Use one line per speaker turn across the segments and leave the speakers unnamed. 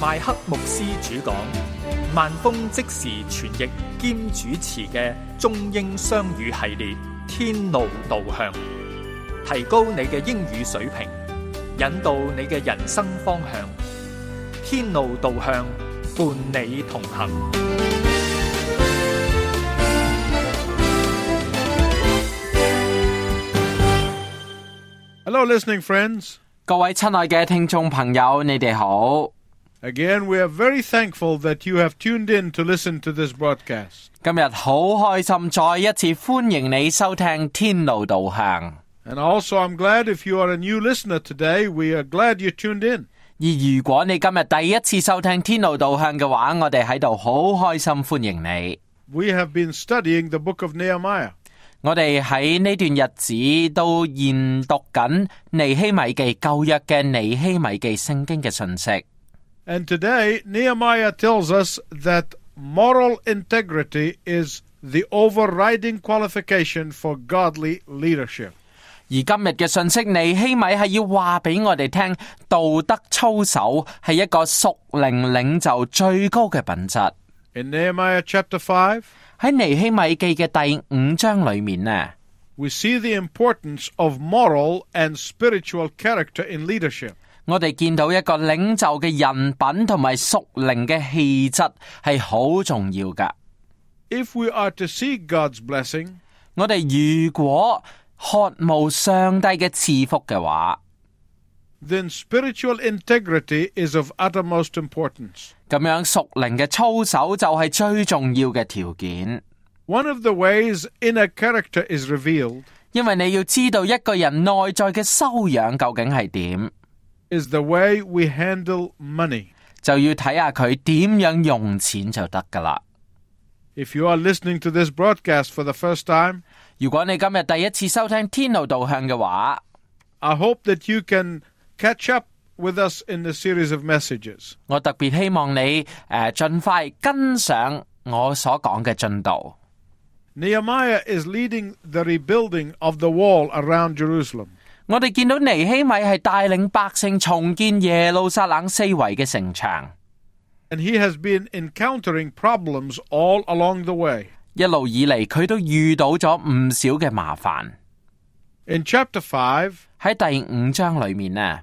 麥克牧師主講，萬峰即時傳譯兼主持嘅中英雙語系列《天路導向》，提高你嘅英語水平，引導你嘅人生方向。天路導向，伴你同行。
Hello, listening friends.
各位親愛嘅聽眾朋友，你哋好！
Again, we are very thankful that you have tuned in to listen to this broadcast.
今日好開心，再一次歡迎你收聽天路導向。而
And also, I'm glad if you are a new listener today, we are glad you tuned in.
如果你今日第一次收聽天路導向嘅話，我哋喺度好開心歡迎你。
We have been studying the book of Nehemiah,
我哋喺呢段日子都研讀緊尼希米記舊約嘅尼希米記聖經嘅信息。
and today Nehemiah tells us that moral integrity is the overriding qualification for godly leadership.
而今日嘅信息，尼希米係要話俾我哋聽，道德操守係一個屬靈領袖最高嘅品質。
In Nehemiah chapter 5,
喺尼希米記嘅第五章裏面呢，
we see the importance of moral and spiritual character in leadership.
我哋見到一個領袖嘅人品同埋屬靈嘅氣質係好重要噶。
If we are to see God's blessing,
我哋如果渴慕上帝嘅賜福嘅話，
then spiritual integrity is of uttermost importance.
咁樣屬靈嘅操守就係最重要嘅條件。
One of the ways inner character is revealed
因為你要知道一個人內在嘅修養究竟係點，
is the way we handle money.
就要睇下佢點樣用錢就得噶啦。
If you are listening to this broadcast for the first time,
如果你今日第一次收聽天路導向嘅話，
I hope that you can catch up with us in the series of messages.
我特別希望你誒、呃、盡快跟上我所講嘅進度。
Nehemiah is leading the rebuilding of the wall around Jerusalem.
我哋見到尼希米係帶領百姓重建耶路撒冷四圍嘅城牆，
And he has been encountering problems all along the way.
一路以嚟佢都遇到咗唔少嘅麻煩。
In chapter 5,
喺第五章裏面啊呢，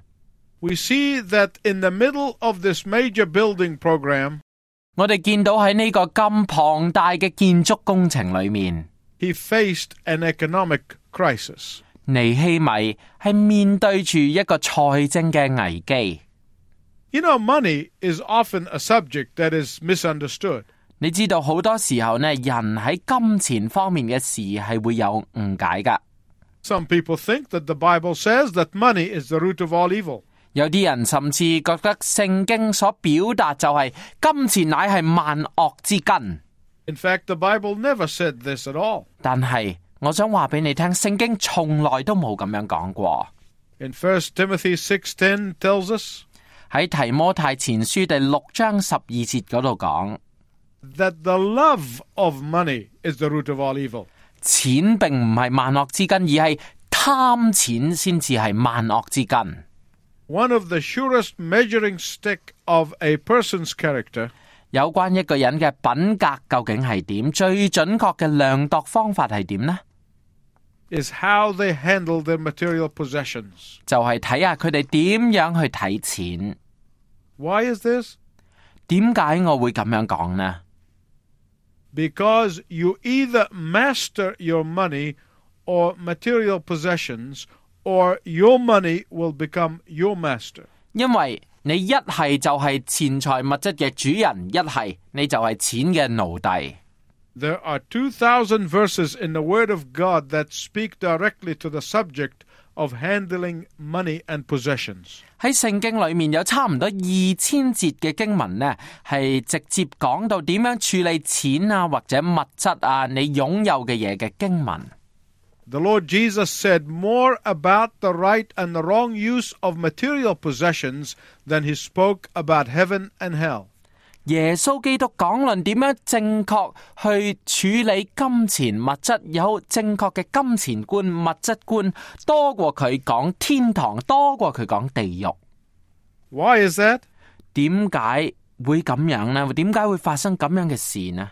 we see that in the middle of this major building program,
我哋見到喺呢個咁龐大嘅建築工程裏面，
he faced an economic crisis.
尼希米係面對住一個財政嘅危機。
You know, money is often a subject that is misunderstood.
你知道好多時候呢，人喺金錢方面嘅事係會有誤解噶。
Some people think that the Bible says that money is the root of all evil.
有啲人甚至覺得聖經所表達就係金錢乃係萬惡之根，
In fact, the Bible never said this at all.
但係我想話俾你聽，聖經從來都冇咁樣講過。
In 1 Timothy 6:10 tells us
喺提摩太前書第六章十二節嗰度講，
that the love of money is the root of all evil.
錢並唔係萬惡之根，而係貪錢先至係萬惡之根。
One of the surest measuring stick of a person's character
有關一個人嘅品格究竟係點，最準確嘅量度方法係點呢？
is how they handle their material possessions.
就係睇下佢哋點樣去睇錢。
Why is this?
點解我會咁樣講呢？
Because you either master your money or material possessions, or your money will become your master.
因為你一係就係錢財物質嘅主人，一係你就係錢嘅奴隸。
There are 2,000 verses in the Word of God that speak directly to the subject of handling money and possessions.
喺聖經裏面有差唔多二千節嘅經文呢，係直接講到點樣處理錢啊或者物質啊你擁有嘅嘢嘅經文。
The Lord Jesus said more about the right and the wrong use of material possessions than he spoke about heaven and hell.
耶穌基督講論點樣正確去處理金錢物質，有正確嘅金錢觀、物質觀，多過佢講天堂，多過佢講地獄。
Why is that?
點解會咁樣呢？點解會發生咁樣嘅事呢？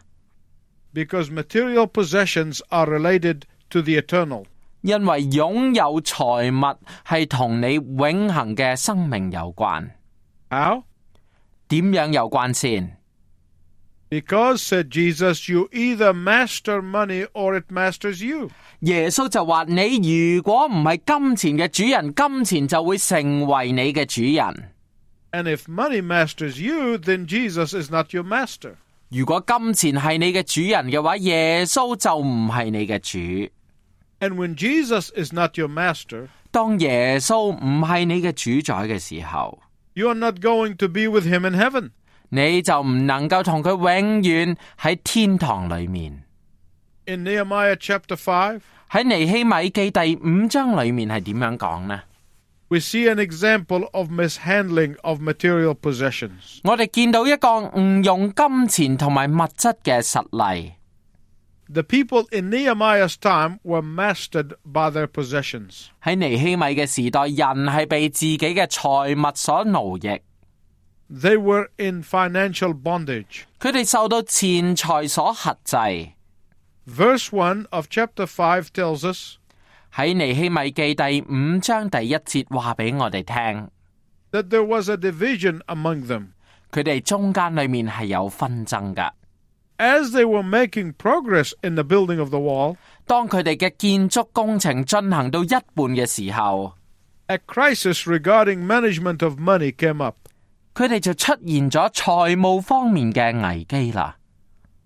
because material possessions are related to the eternal.
因為擁有財物係同你永恆嘅生命有關，
How?
點樣有關先？
Because, said Jesus, you either master money or it masters you.
耶穌就話：你如果唔係金錢嘅主人，金錢就會成為你嘅主人。
And if money masters you, then Jesus is not your master.
如果金錢係你嘅主人嘅話，耶穌就唔係你嘅主。
And when Jesus is not your master,
當耶穌唔係你嘅主宰嘅時候，
you are not going to be with him in heaven.
你就唔能夠同佢永遠喺天堂裏面。
In Nehemiah chapter 5,
喺尼希米記第五章裏面係點樣講呢？
we see an example of mishandling of material possessions.
我哋見到一個誤用金錢同埋物質嘅實例。
The people in Nehemiah's time were mastered by their possessions.
喺尼希米嘅時代，人係被自己嘅財物所奴役，
They were in financial bondage.
佢哋受到錢財所轄制。
Verse 1 of chapter 5 tells us
喺尼希米記第五章第一節話俾我哋聽，
that there was a division among them.
佢哋中間裏面係有紛爭噶。
As they were making progress in the building of the wall,
當佢哋嘅建築工程進行到一半嘅時候，
a crisis regarding management of money came up.
佢哋就出現咗財務方面嘅危機啦。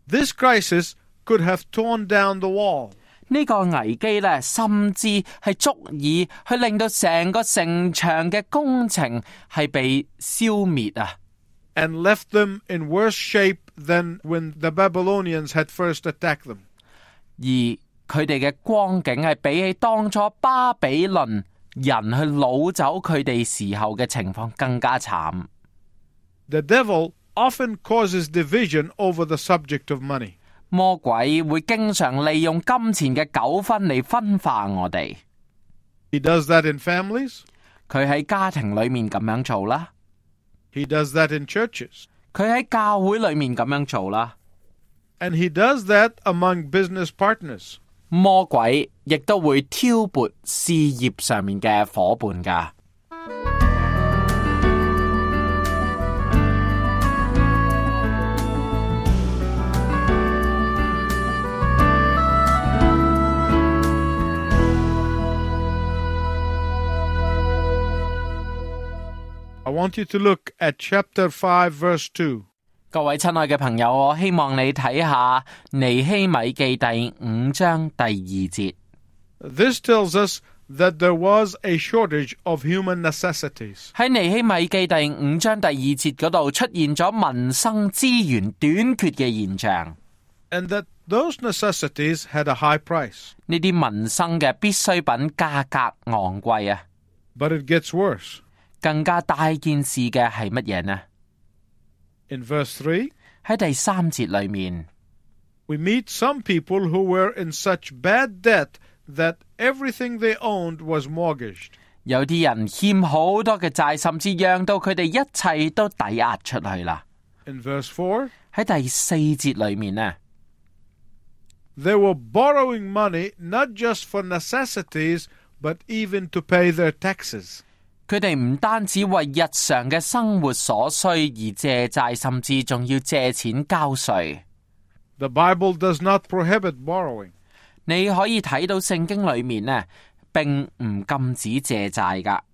This crisis could have torn down the wall.
呢個危機呢，甚至係足以去令到成個城牆嘅工程係被消滅啊！
and left them in worse shape than when the Babylonians had first attacked them.
而佢哋嘅光景係比起當初巴比倫人去擄走佢哋時候嘅情況更加慘。
The devil often causes division over the subject of money.
魔鬼會經常利用金錢嘅糾紛嚟分化我哋，
He does that in families,
佢喺家庭裏面咁樣做啦，
he does that in churches,
佢喺教會裏面咁樣做啦。
and he does that among business partners.
魔鬼亦都會挑撥事業上面嘅伙伴噶。
I want you to look at chapter 5, verse 2.
各位親愛嘅朋友，我希望你睇下尼希米記第五章第二節。
This tells us that there was a shortage of human necessities.
喺尼希米記第五章第二節嗰度出現咗民生資源短缺嘅現象。
and that those necessities had a high price.
呢啲民生嘅必需品價格昂貴啊！
But it gets worse.
更加大件事嘅係乜嘢呢？
In verse 3,
喺第三節裏面，
we meet some people who were in such bad debt that everything they owned was mortgaged.
有啲人欠好多嘅債，甚至讓到佢哋一切都抵押出去啦。
In verse 4,
喺第四節裏面呢，
they were borrowing money not just for necessities, but even to pay their taxes.
佢哋唔單止為日常嘅生活所需而借債，甚至仲要借錢交稅。
The Bible does not prohibit borrowing,
你可以睇到聖經裏面呢，並唔禁止借債噶，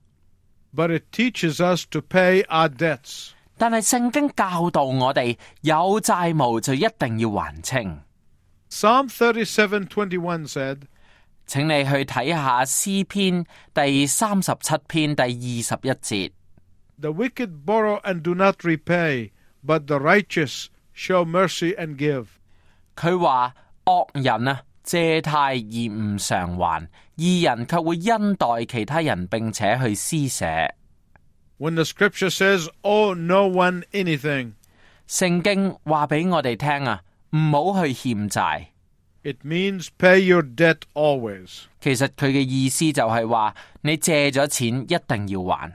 but it teaches us to pay our debts.
但係聖經教導我哋有債務就一定要還清。
Psalm 37:21 said,
請你去睇下詩篇第三十七篇第二十一節。
The wicked borrow and do not repay, but the righteous show mercy and give.
佢話惡人啊借貸而唔償還，義人卻會恩待其他人並且去施捨。
When the scripture says, Owe no one anything,
聖經話俾我哋聽啊，唔好去欠債。
it means pay your debt always.
其實佢嘅意思就係話，你借咗錢一定要還。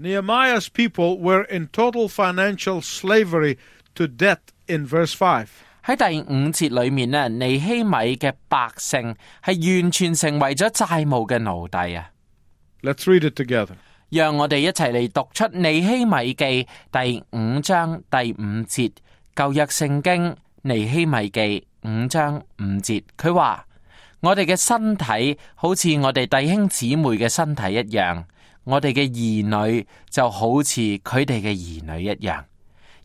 Nehemiah's people were in total financial slavery to debt in verse 5.
喺第五節裏面呢，尼希米嘅百姓係完全成為咗債務嘅奴隸啊！
Let's read it together.
讓我哋一齊嚟讀出尼希米記第五章第五節，舊約聖經尼希米記五章五節，佢話：我哋嘅身體好似我哋弟兄姊妹嘅身體一樣，我哋嘅兒女就好似佢哋嘅兒女一樣。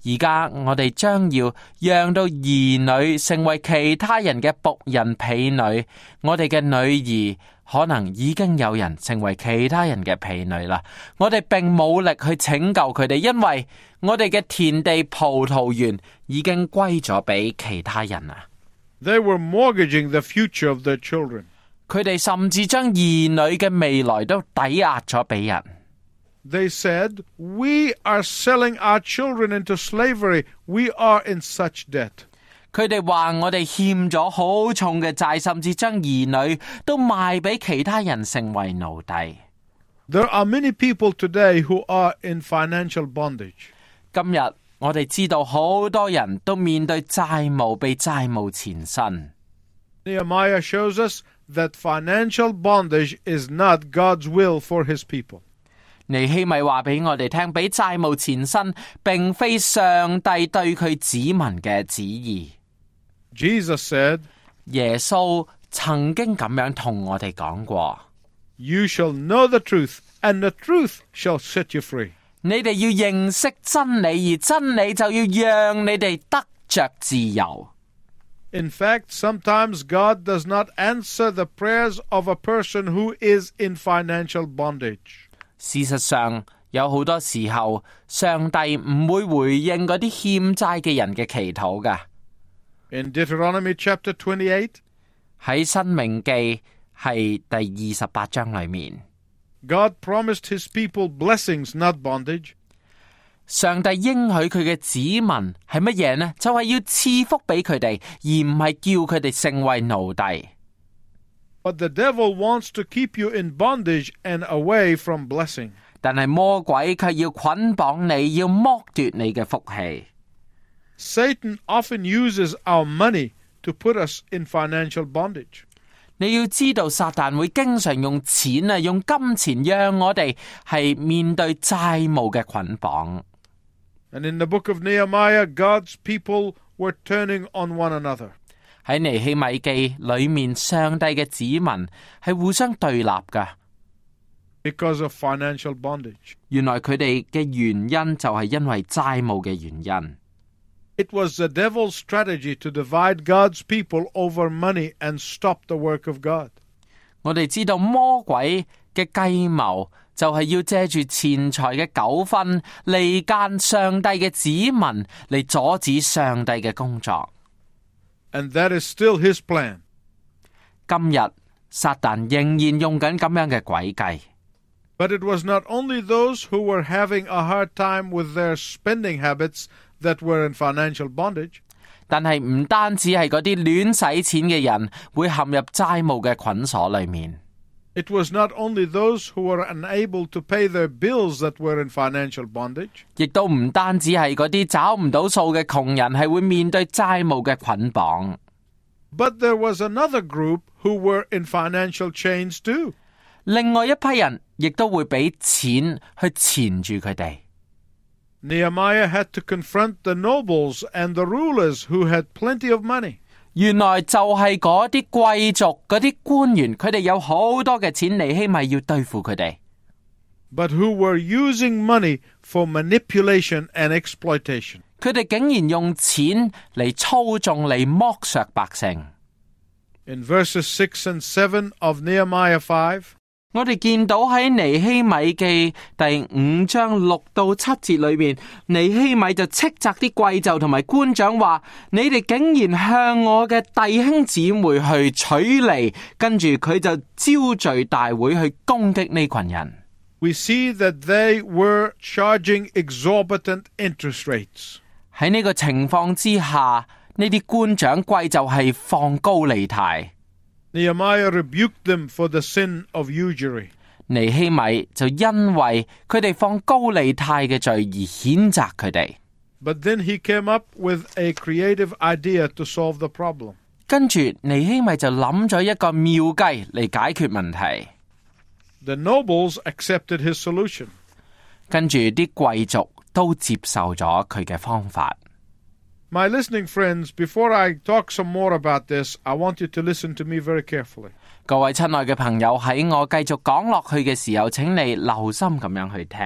而家我哋將要讓到兒女成為其他人嘅僕人婢女，我哋嘅女兒可能已經有人成為其他人嘅婢女啦。我哋並冇力去拯救佢哋，因為我哋嘅田地葡萄園已經歸咗俾其他人啊。
They were mortgaging the future of their children.
佢哋甚至將兒女嘅未來都抵押咗俾人。
They said, We are selling our children into slavery. We are in such debt.
佢哋話我哋欠咗好重嘅債，甚至將兒女都賣俾其他人成為奴隸。
There are many people today who are in financial bondage.
今日我哋知道好多人都面對債務被債務纏身。
Nehemiah shows us that financial bondage is not God's will for his people.
尼希米話俾我哋聽，俾債務纏身並非上帝對佢子民嘅旨意。
Jesus said,
耶穌曾經咁樣同我哋講過：
You shall know the truth, and the truth shall set you free.
你哋要認識真理，而真理就要讓你哋得着自由。
In fact, sometimes God does not answer the prayers of a person who is in financial bondage.
事實上，有好多時候，上帝唔會回應嗰啲欠債嘅人嘅祈禱噶。
In Deuteronomy chapter 28,
喺《申命記》係第二十八章裏面，
God promised his people blessings, not bondage.
上帝應許佢嘅子民係乜嘢呢？就係、要賜福俾佢哋，而唔係叫佢哋成為奴隸。
But the devil wants to keep you in bondage and away from blessing.
但係魔鬼卻要捆綁你，要剝奪你嘅福氣。
Satan often uses our money to put us in financial bondage.
你要知道，撒旦會經常用錢啊，用金錢讓我哋係面對債務嘅捆綁。
And in the book of Nehemiah, God's people were turning on one another.
喺尼希米記裏面，上帝嘅子民係互相對立噶。
because of financial bondage.
原來佢哋嘅原因就係因為債務嘅原因。
It was the devil's strategy to divide God's people over money and stop the work of God.
我哋知道魔鬼嘅計謀就係要借住錢財嘅糾紛離間上帝嘅子民，嚟阻止上帝嘅工作。
And that is still his plan.
今日撒旦仍然用緊咁樣嘅詭計，
But it was not only those who were having a hard time with their spending habits that were in financial bondage.
但係唔單止係嗰啲亂使錢嘅人會陷入債務嘅捆鎖裏面。
It was not only those who were unable to pay their bills that were in financial bondage.
亦都唔單止係嗰啲找唔到數嘅窮人係會面對債務嘅捆綁，
But there was another group who were in financial chains too.
另外一批人亦都會俾錢去纏住佢哋。
Nehemiah had to confront the nobles and the rulers who had plenty of money.
原來就係嗰啲貴族、嗰啲官員，佢哋有好多嘅錢，尼希米要對付佢哋。
but who were using money for manipulation and exploitation.
佢哋竟然用錢嚟操縱、嚟剝削百姓。
In verses 6 and 7 of Nehemiah 5,
我哋見到喺尼希米記第五章六到七節裏面，尼希米就斥責啲貴胄同埋官長話：你哋竟然向我嘅弟兄姊妹去取利，跟住佢就招聚大會去攻擊呢群人。
we see that they were charging exorbitant interest rates.
喺呢個情況之下，呢啲官長貴就係放高利貸。
Nehemiah rebuked them for the sin of usury.
尼希米就因为佢哋放高利贷嘅罪而谴责佢哋，
But then he came up with a creative idea to solve the problem.
跟住尼希米就谂咗一个妙计嚟解决问题。
The nobles accepted his solution.
跟住啲贵族都接受咗佢嘅方法。
My listening friends, before I talk some more about this, I want you to listen to me very carefully.
各位亲爱嘅朋友，喺我继续讲落去嘅时候，请你留心咁样去听。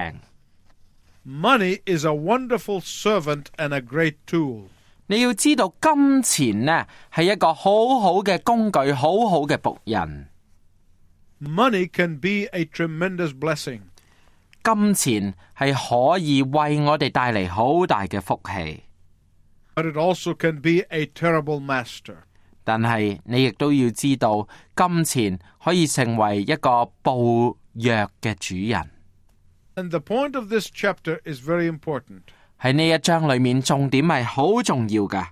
Money is a wonderful servant and a great tool.
你要知道，金钱呢系一个好好嘅工具，好好嘅仆人。
Money can be a tremendous blessing.
金钱系可以为我哋带嚟好大嘅福气，
but it also can be a terrible master.
但系你亦都要知道，金钱可以成为一个暴虐嘅主人。
And the point of this chapter is very important.
喺呢一章里面，重点系好重要噶。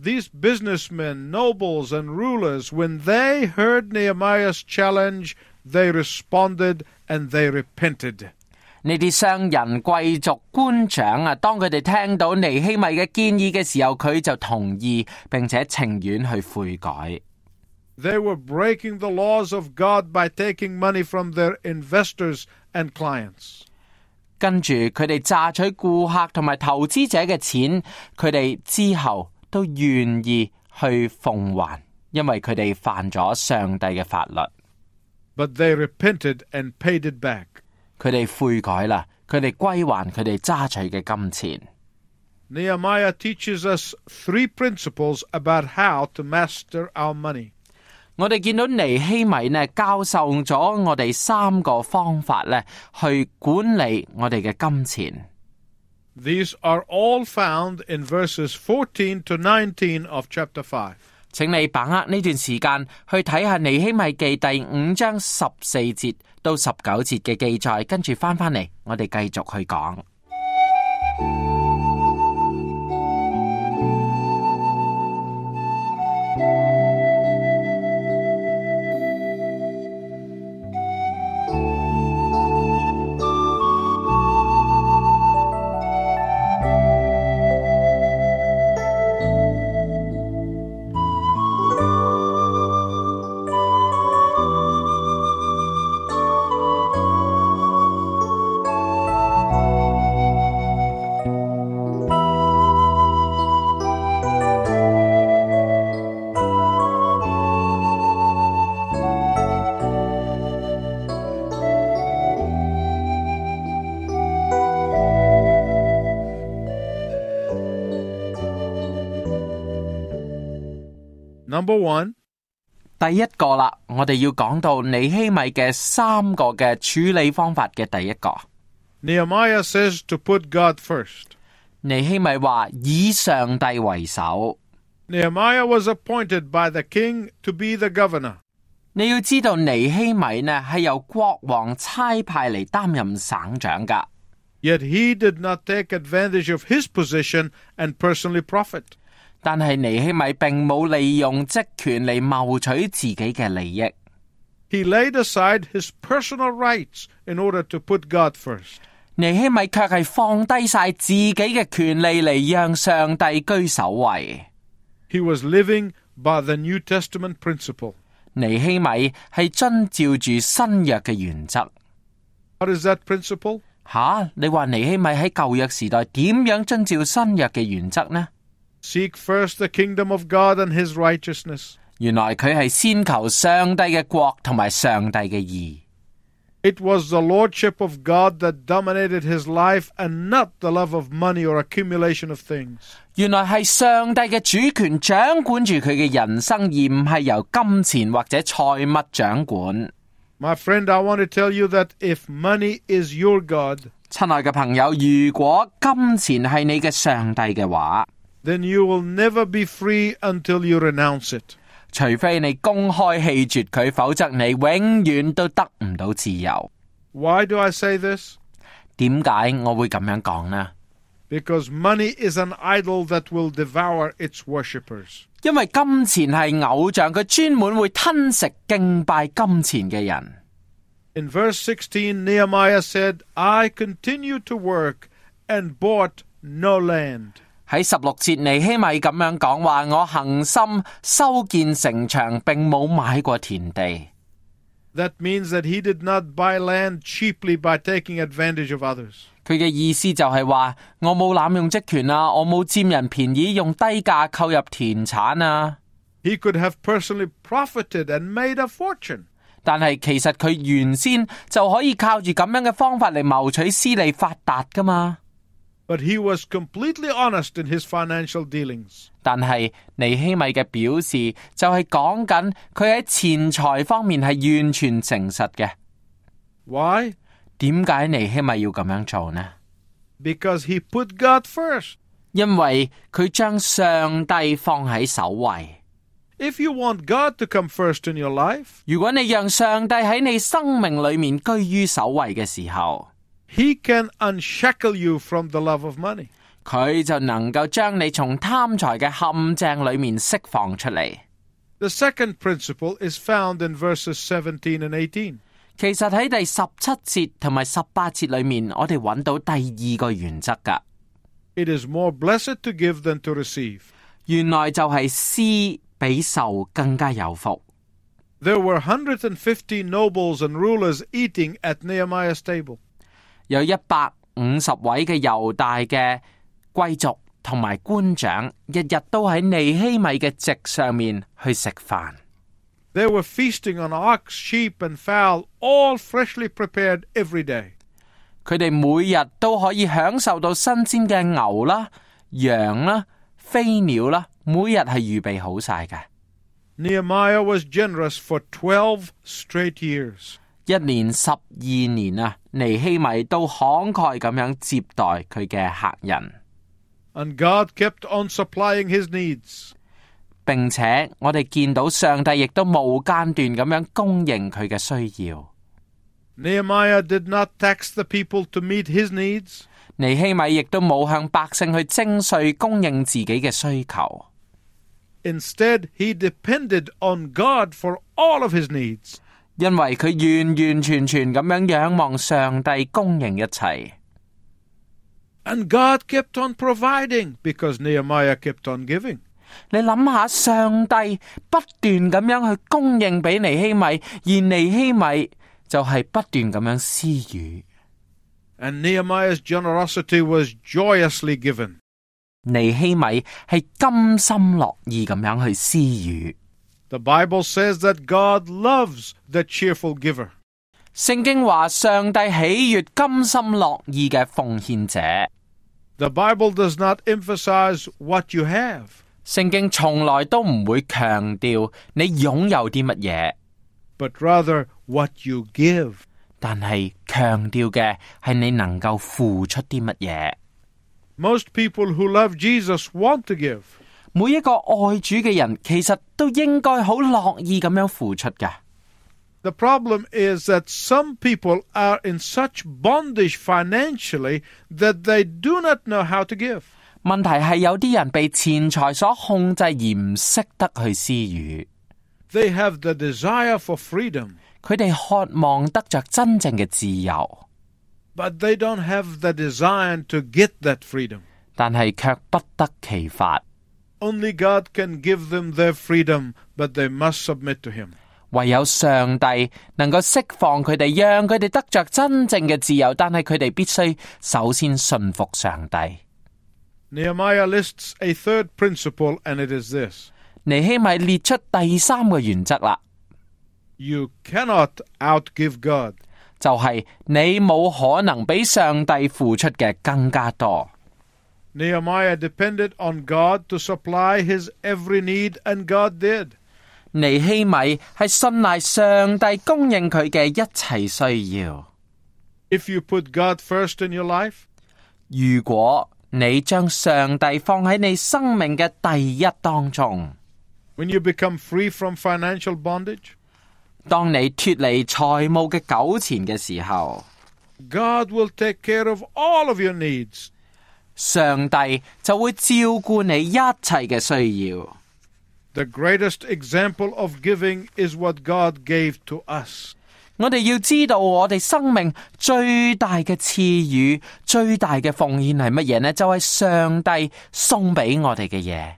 These businessmen, nobles, and rulers, when they heard Nehemiah's challenge, they responded and they repented.
呢啲商人、貴族、官長啊，當佢哋聽到尼希米嘅建議嘅時候，佢就同意並且情願去悔改。
They were breaking the laws of God by taking money from their investors and clients.
跟住佢哋榨取顧客同埋投資者嘅錢，佢哋之後都願意去奉還，因為佢哋犯咗上帝嘅法律。
But they repented and paid it back.
佢哋悔改啦，佢哋歸還佢哋揸取嘅金錢。
Nehemiah teaches us three principles about how to master our money.
我哋見到尼希米呢教授咗我哋三個方法呢，去管理我哋嘅金錢。
These are all found in verses 14 to 19 of chapter 5.
請你把握呢段時間去睇下尼希米記第五章十四節到十九節嘅記載，跟住翻返嚟，我哋繼續去講。
Number 1,
第一個啦，我哋要講到尼希米嘅三個嘅處理方法嘅第一個。
Nehemiah says to put God first.
尼希米話以上帝為首。
Nehemiah was appointed by the king to be the governor.
你要知道尼希米呢係由國王差派嚟擔任省長噶，
Yet he did not take advantage of his position and personally profit.
但係尼希米並冇利用職權嚟謀取自己嘅利益，
He laid aside his personal rights in order to put God first.
尼希米卻係放低晒自己嘅權利嚟讓上帝居首位。
He was living by the New Testament principle.
尼希米係遵照住新約嘅原則。
What is that principle?
吓、你話尼希米喺舊約時代點樣遵照新約嘅原則呢？
Seek first the kingdom of God and his righteousness.
原來佢係先求上帝嘅國同埋上帝嘅義。
It was the lordship of God that dominated his life and not the love of money or accumulation of things.
原來係上帝嘅主權掌管住佢嘅人生，而唔係由金錢或者財物掌管。
My friend, I want to tell you that if money is your God,
親愛嘅朋友，如果金錢係你嘅上帝嘅話，
then you will never be free until you renounce it.
除非你公開棄絕佢，否則你永遠都得唔到自由。
Why do I say this?
點解我會咁樣講呢？
Because money is an idol that will devour its worshippers.
因為金錢係偶像，佢專門會吞食敬拜金錢嘅人。
In verse 16, Nehemiah said, I continued to work and bought no land.
喺十六节，尼希米咁样讲话：我恒心修建城墙，并冇买过田地。
That means that he did not buy land cheaply by taking advantage of others.
佢嘅意思就係話：我冇濫用職權啊，我冇佔人便宜，用低價購入田產啊。
He could have personally profited and made a fortune.
但係其實佢原先就可以靠住咁樣嘅方法嚟謀取私利發達噶嘛。
But he was completely honest in his financial dealings.
但係尼希米嘅表示就係講緊佢喺錢財方面係完全誠實嘅。
Why?
點解尼希米要咁樣做呢？
Because he put God first.
因為佢將上帝放喺首位。
If you want God to come first in your life,
如果你讓上帝喺你生命裏面居於首位嘅時候，
he can unshackle you from the love of money.
佢就能夠將你從貪財嘅陷阱裏面釋放出嚟。
The second principle is found in verses 17 and 18.
其實喺第十七節同埋十八節裏面，我哋揾到第二個原則噶，
It is more blessed to give than to receive.
原來就係施比受更加有福。
There were 150 nobles and rulers eating at Nehemiah's table.
有一百五十位嘅猶大嘅貴族同埋官長，日日都喺尼希米嘅席上面去食飯。
They were feasting on ox, sheep, and fowl, all freshly prepared every day.
佢哋每日都可以享受到新鮮嘅牛啦、羊啦、飛鳥啦，每日係預備好晒嘅。
Nehemiah was generous for 12 straight years.
一年十二年啊，尼希米都慷慨咁樣接待佢嘅客人，
And God kept on supplying his needs.
並且我哋見到上帝亦都無間斷咁樣供應佢嘅需要。
Nehemiah did not tax the people to meet his needs.
尼希米亦都冇向百姓去徵税，供應自己嘅需求。
Instead, he depended on God for all of his needs.
因為佢完完全全咁樣仰望上帝供應一切，
And God kept on providing because Nehemiah kept on giving.
你諗下，上帝不斷咁樣去供應俾尼希米，而尼希米就係不斷咁樣施予。
And Nehemiah's generosity was joyously given.
尼希米係甘心樂意咁樣去施予。
The Bible says that God loves the cheerful giver.
聖經話上帝喜悦甘心樂意嘅奉獻者。
The Bible does not emphasize what you have,
聖經從來都唔會強調你擁有啲乜嘢，
but rather what you give.
但係強調嘅係你能夠付出啲乜嘢。
Most people who love Jesus want to give,
每一個愛主嘅人，其實都應該好樂意咁樣付出嘅。
The problem is that some people are in such bondage financially that they do not know how to give.
問題係有啲人被錢財所控制而唔識得去施予，
They have the desire for freedom,
佢哋渴望得着真正嘅自由，
but they don't have the desire to get that freedom.
但係卻不得其法。
Only God can give them their freedom, but they must submit to Him.
唯有上帝能夠釋放佢哋，讓佢哋得着真正嘅自由，但係佢哋必須首先信服上帝。
Nehemiah lists a third principle, and it is this
尼希米列出第三個原則啦，
You cannot outgive God.
就係、你冇可能比上帝付出嘅更加多。
Nehemiah depended on God to supply his every need, and God did.
尼希米系信赖上帝供应佢嘅一切需要。
If you put God first in your life,
如果你将上帝放喺你生命嘅第一当中，
when you become free from financial bondage,
当你脱离财务嘅纠缠嘅时候，
God will take care of all of your needs.
上帝就会照顾你一切嘅需要。
The greatest example of giving is what God gave to us.
我哋要知道我哋生命最大嘅赐予、最大嘅奉獻係乜嘢呢？就係、上帝送俾我哋嘅嘢。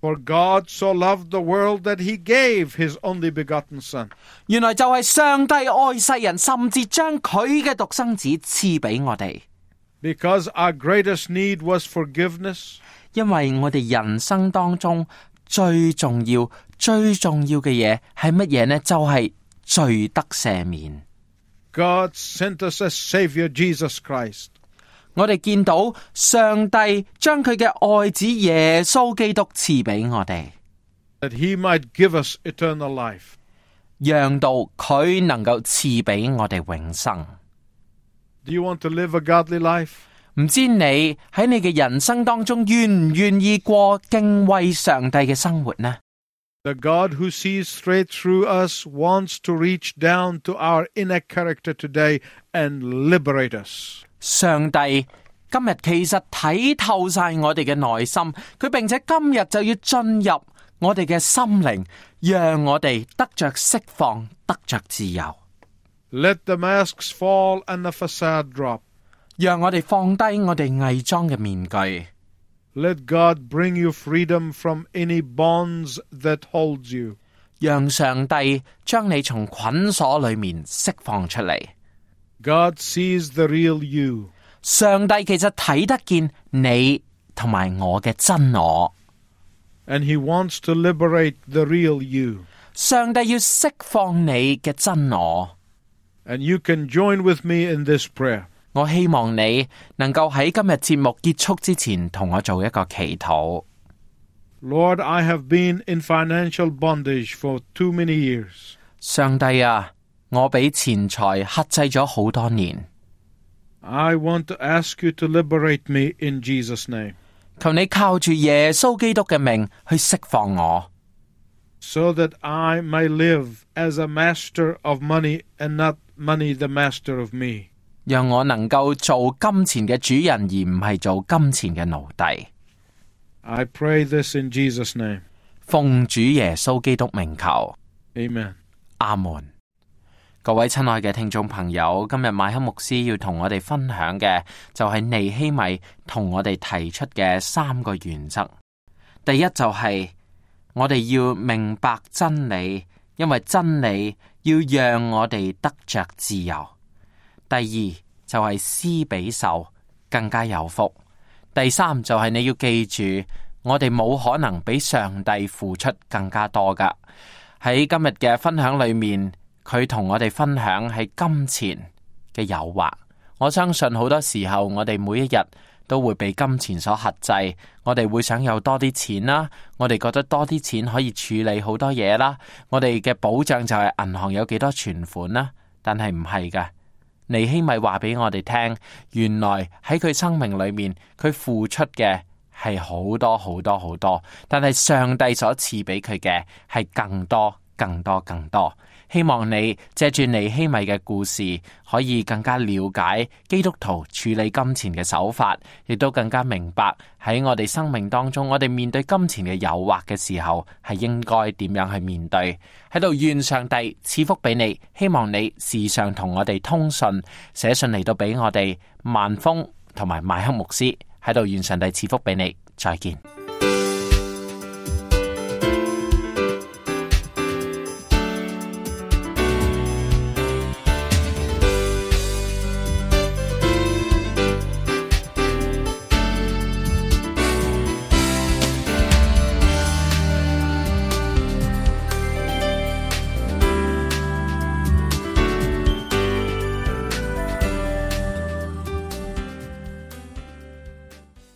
For God so loved the world that he gave his only begotten Son,
原來就係上帝愛世人，甚至將佢嘅獨生子賜俾我哋。
because our greatest need was forgiveness,
因為我哋人生當中最重要、最重要嘅嘢係乜嘢呢？就係、罪得赦免。
God sent us a Savior, Jesus Christ.
我哋見到上帝將佢嘅愛子耶穌基督賜俾我哋，
that he might give us eternal life.
讓到佢能夠賜俾我哋永生。
Do you want to live a godly life?
唔知你喺你嘅人生當中願唔願意過敬畏上帝嘅生活呢？
The God who sees straight through us wants to reach down to our inner character today and liberate us.
上帝今日其實睇透晒我哋嘅內心，佢並且今日就要進入我哋嘅心靈，讓我哋得着釋放，得着自由，
Let the masks fall and the facade drop.
讓我哋放低我哋偽裝嘅面具。
Let God bring you freedom from any bonds that holds you.
让上帝将你从捆锁里面释放出嚟。
God sees the real you.
上帝其实睇得见你同埋我嘅真我，
And he wants to liberate the real you.
上帝要释放你嘅真我。
And you can join with me in this prayer.
我希望你能够喺今日节目结束之前同我做一个祈祷。
Lord, I have been in financial bondage for too many years.
上帝啊，我俾钱财克制咗好多年，
I want to ask you to liberate me in Jesus' name,
求你靠住耶稣基督嘅命去释放我，
so that I may live as a master of money and not money the master of me.
让我能够做金钱嘅主人，而唔系做金钱嘅奴隶。
I pray this in Jesus' name.
奉主耶稣基督名求，
Amen.
阿门。各位亲爱嘅听众朋友，今日麦克牧师要同我哋分享嘅就系尼希米同我哋提出嘅三个原则。第一就系、我哋要明白真理，因为真理要让我哋得着自由。第二就系施比受更加有福。第三就系你要记住，我哋冇可能比上帝付出更加多噶。喺今日嘅分享里面，佢同我哋分享喺金钱嘅诱惑。我相信好多时候，我哋每一日都会被金钱所克制，我哋会想有多啲钱啦，我哋觉得多啲钱可以处理好多嘢啦，我哋嘅保障就系银行有几多存款啦，但系唔系嘅。尼希米话俾我哋听，原来喺佢生命里面，佢付出嘅系好多好多好多，但系上帝所赐俾佢嘅系更多更多更多。希望你借住尼希米嘅故事，可以更加了解基督徒处理金钱嘅手法，亦都更加明白喺我哋生命当中，我哋面对金钱嘅诱惑嘅时候，系应该点样去面对。喺度愿上帝赐福俾你，希望你时常同我哋通讯，写信嚟到俾我哋万峰同埋麦克牧师喺度愿上帝赐福俾你，再见。